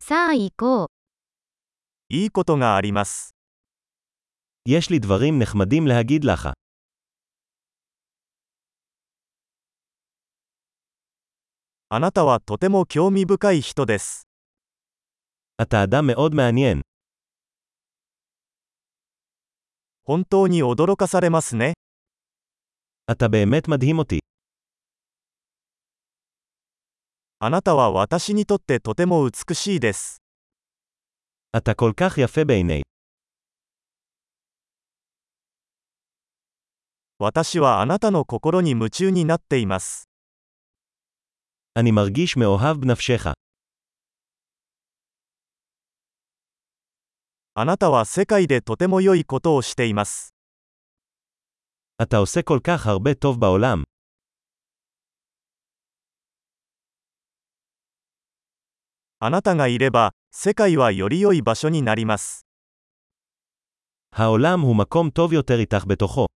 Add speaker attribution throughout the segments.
Speaker 1: さあ行こう。
Speaker 2: いいことがあります。
Speaker 3: יש לי דברים נחמדים להגיד לך.
Speaker 2: あなたはとても興味深い人です。
Speaker 3: אתה אדם מאוד מעניין.
Speaker 2: 本当に驚かされますね。
Speaker 3: אתה באמת מדהים אותי.
Speaker 2: あなたは私にとってとても美しいです。
Speaker 3: אתה כל כך יפה בעיני.
Speaker 2: 私はあなたの心に夢中になっています。
Speaker 3: אני מרגיש מאוהב בנפשך.
Speaker 2: あなたは世界でとても良いことをしています。
Speaker 3: אתה עושה כל כך הרבה טוב בעולם.
Speaker 2: あなたがいれば、世界はより良い場所になります。
Speaker 3: העולם הוא מקום טוב יותר איתך בתוכו.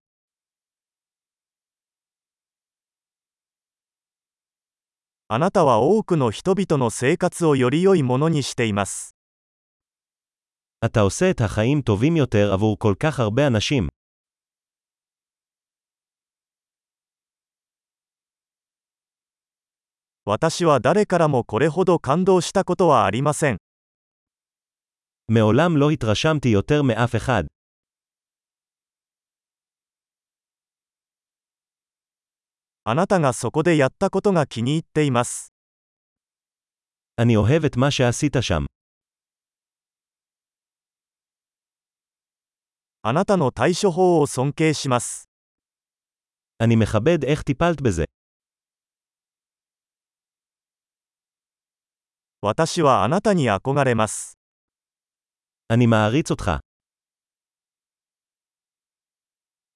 Speaker 2: あなたは多くの人々の生活をより良いものにしています。
Speaker 3: אתה עושה את החיים טובים יותר עבור כל כך הרבה אנשים.
Speaker 2: 私は誰からもこれほど感動したことはありません。
Speaker 3: מעולם לא התרשמתי יותר מאף אחד.
Speaker 2: あなたがそこでやったことが気に入っています。
Speaker 3: אני אוהב את מה שעשית שם.
Speaker 2: あなたの対処法を尊敬します。
Speaker 3: אני מכבד איך טיפלת בזה.
Speaker 2: 私はあなたに憧れます。
Speaker 3: אני מעריץ אותך.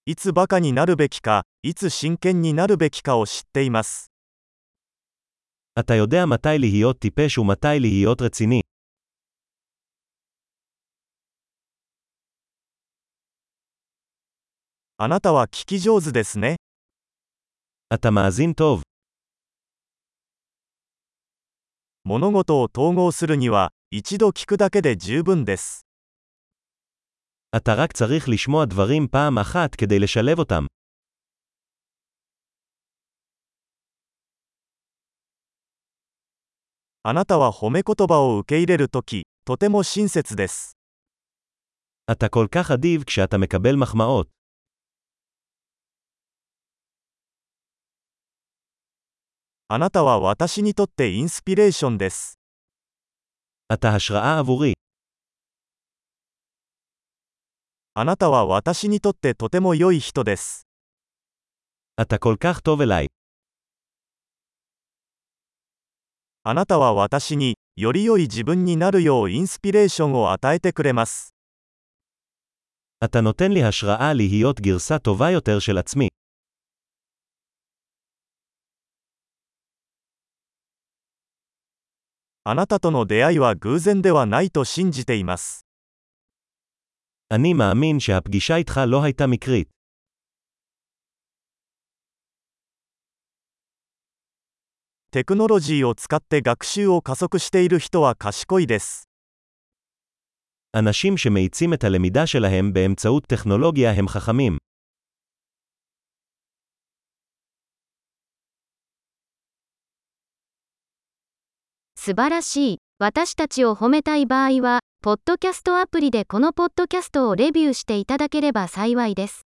Speaker 2: いつバカになるべきか、いつ真剣になるべきかを知っています。
Speaker 3: אתה יודע מתי להיות טיפש ומתי להיות רציני.
Speaker 2: あなたは聞き上手ですね。
Speaker 3: אתה מאזין טוב.
Speaker 2: 物事を統合するには、一度聞くだけで十分です。
Speaker 3: אתה רק צריך לשמוע דברים פעם אחת כדי לשלב אותם.
Speaker 2: あなたは褒め言葉を受け入れるとき、とても親切です。
Speaker 3: אתה כל כך אדיב כשאתה מקבל מחמאות.
Speaker 2: あなたは私にとってインスピレーションです。
Speaker 3: אתה השראה עבורי.
Speaker 2: あなたは私にとってとても良い人です。
Speaker 3: אתה כל כך טוב אליי.
Speaker 2: あなたは私に、より良い自分になるようインスピレーションを与えてくれます。
Speaker 3: אתה נותן לי השראה להיות גרסה טובה יותר של עצמי.
Speaker 2: あなたとの出会いは偶然ではないと信じています。
Speaker 3: אני מאמין שהפגישה איתך לא הייתה מקרית.
Speaker 2: テクノロジーを使って学習を加速している人は賢いです。
Speaker 3: אנשים שמאיצים את הלמידה שלהם באמצעות טכנולוגיה הם חכמים.
Speaker 1: 素晴らしい。私たちを褒めたい場合は、ポッドキャストアプリでこのポッドキャストをレビューしていただければ幸いです。